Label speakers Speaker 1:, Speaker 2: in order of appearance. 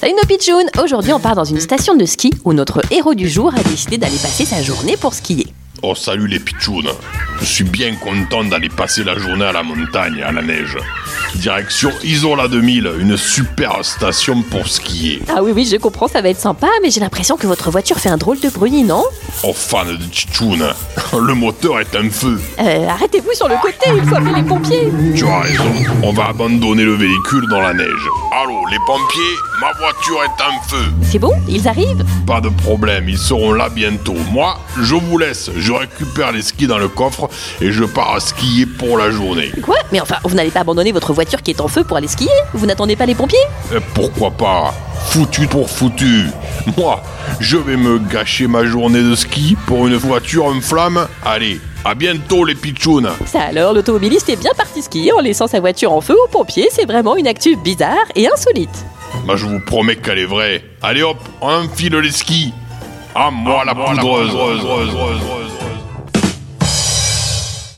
Speaker 1: Salut nos pitchounes Aujourd'hui on part dans une station de ski où notre héros du jour a décidé d'aller passer sa journée pour skier.
Speaker 2: Oh salut les pitchounes Je suis bien content d'aller passer la journée à la montagne, à la neige. Direction Isola 2000, une super station pour skier.
Speaker 1: Ah oui oui je comprends ça va être sympa mais j'ai l'impression que votre voiture fait un drôle de bruit non
Speaker 2: Oh fan de pitchounes, le moteur est un feu.
Speaker 1: Euh, Arrêtez-vous sur le côté il faut appeler les pompiers
Speaker 2: Tu as raison, on va abandonner le véhicule dans la neige. Allô les pompiers, ma voiture est en feu.
Speaker 1: C'est bon Ils arrivent
Speaker 2: Pas de problème, ils seront là bientôt. Moi, je vous laisse, je récupère les skis dans le coffre et je pars skier pour la journée.
Speaker 1: Quoi Mais enfin vous n'allez pas abandonner votre voiture qui est en feu pour aller skier Vous n'attendez pas les pompiers
Speaker 2: Et Euh, pourquoi pas Foutu pour foutu. Moi, je vais me gâcher ma journée de ski pour une voiture en flamme. Allez, à bientôt les pitchounes.
Speaker 1: Ça alors l'automobiliste est bien parti skier en laissant sa voiture en feu aux pompiers c'est vraiment une actu bizarre et insolite.
Speaker 2: Moi, Bah, je vous promets qu'elle est vraie. Allez hop, on enfile les skis. À moi la poudreuse.